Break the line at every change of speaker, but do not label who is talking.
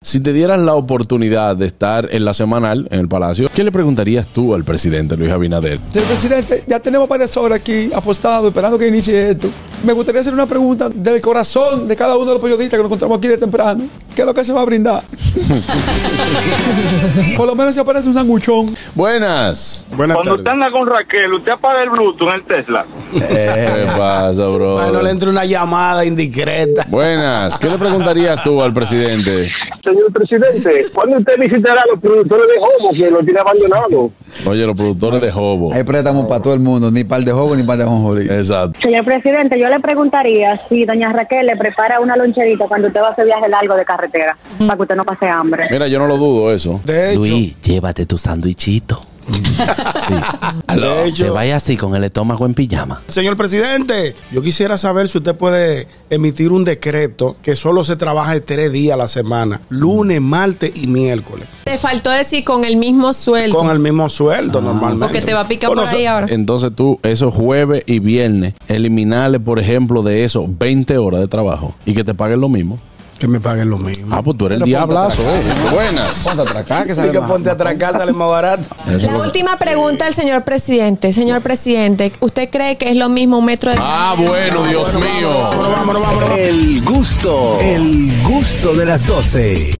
Si te dieras la oportunidad de estar en la semanal en el Palacio, ¿qué le preguntarías tú al presidente Luis Abinader?
Señor presidente, ya tenemos varias horas aquí apostado, esperando que inicie esto. Me gustaría hacer una pregunta del corazón de cada uno de los periodistas que nos encontramos aquí de temprano. ¿Qué es lo que se va a brindar? Por lo menos se aparece un sanguchón.
Buenas.
Buenas Cuando usted anda con Raquel, usted apaga el Bluetooth en el Tesla.
¿Qué pasa, bro?
Bueno, le entra una llamada indiscreta.
Buenas. ¿Qué le preguntarías tú al presidente?
Señor presidente, ¿cuándo usted visitará a los productores de Homo que lo tiene abandonado?
Oye, los productores de Jobo.
Hay préstamos para todo el mundo, ni para el de joven ni para el de jonjolí.
Exacto.
Señor presidente, yo le preguntaría si doña Raquel le prepara una loncherita cuando usted va a hacer viaje largo de carretera, para que usted no pase hambre.
Mira, yo no lo dudo eso.
De hecho,
Luis, llévate tu sándwichito. Sí.
de
Te
hecho,
vaya así con el estómago en pijama.
Señor presidente, yo quisiera saber si usted puede emitir un decreto que solo se trabaje tres días a la semana, lunes, martes y miércoles,
Te faltó decir con el mismo sueldo.
con el mismo sueldo normalmente.
Porque te va a picar
Bueno, Eh,
por ahí
se-
ahora.
Entonces tú, esos jueves y viernes, eliminarle, por ejemplo, de eso 20 horas de trabajo y que te paguen lo mismo.
Que me paguen lo mismo.
Ah, pues tú eres el
Pero ponte
diablazo.
atrás,
eh. Buenas.
Ponte a atracar, Ah, que sale
que
más-
ponte atrás casa, sale más barato.
La última pregunta del señor presidente. Señor presidente, ¿usted cree que es lo mismo un metro de...
Ah, bueno, Dios mío.
Vámonos, vámonos, vámonos.
El gusto, el gusto de las 12.